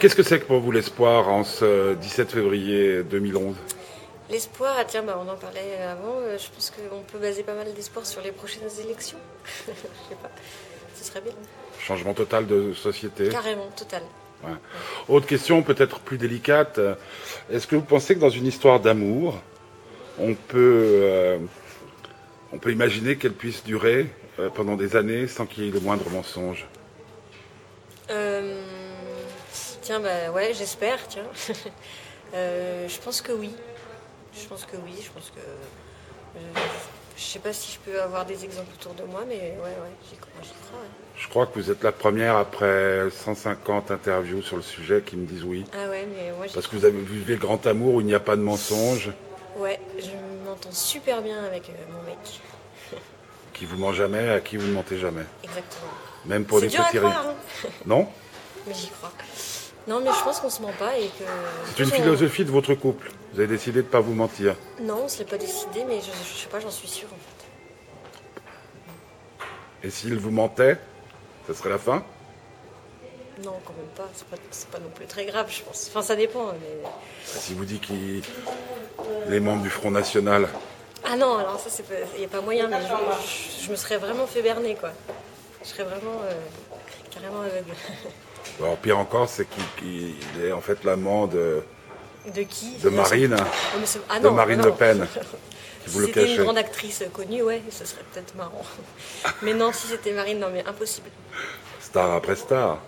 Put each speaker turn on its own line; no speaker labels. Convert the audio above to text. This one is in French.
Qu'est-ce que c'est que pour vous l'espoir en ce 17 février 2011
L'espoir, ah tiens, bah, on en parlait avant, euh, je pense qu'on peut baser pas mal d'espoir sur les prochaines élections. je sais pas, ce serait bien.
Changement total de société
Carrément, total.
Ouais. Autre question peut-être plus délicate. Est-ce que vous pensez que dans une histoire d'amour, on peut, euh, on peut imaginer qu'elle puisse durer euh, pendant des années sans qu'il y ait le moindre mensonge
Euh, tiens, bah ouais, j'espère, tiens. Euh, je pense que oui. Je pense que oui, je pense que. euh, je sais pas si je peux avoir des exemples autour de moi, mais ouais, ouais, j'y crois. j'y crois, ouais.
Je crois que vous êtes la première après 150 interviews sur le sujet qui me disent oui.
Ah ouais, mais moi, j'y
Parce que vous avez vu le grand amour où il n'y a pas de mensonge,
Ouais, je m'entends super bien avec euh, mon mec.
qui vous ment jamais, à qui vous ne mentez jamais.
Exactement.
Même pour
C'est
les
dur à
petits
croire, hein.
Non
mais j'y crois. Non, mais je pense qu'on se ment pas et que.
C'est une
on-
philosophie de votre couple. Vous avez décidé de ne pas vous mentir.
Non, on se l'est pas décidé, mais je, je sais pas, j'en suis sûre en fait.
Et s'il vous mentait, ça serait la fin
Non, quand même pas. C'est pas, c'est pas non plus très grave, je pense. Enfin, ça dépend. Mais...
S'il vous dit qu'il les membres du Front National,
Ah non, alors ça, c'est pas- y a pas moyen. Mais je, je- je me serais vraiment fait berner, quoi. Je serais vraiment euh, carrément aveugle.
ou alors bah, pire encore, c'est qu'il qu'il est en fait l'amant de,
De qui
de Marine, hein.
Oh, mais c'est- ah
de
non,
Marine
non.
Le Pen.
Si
Vous le
c'était
cachez.
une grande actrice connue, ouais, ce serait peut-être marrant. mais non, si c'était Marine, non, mais impossible.
Star après star.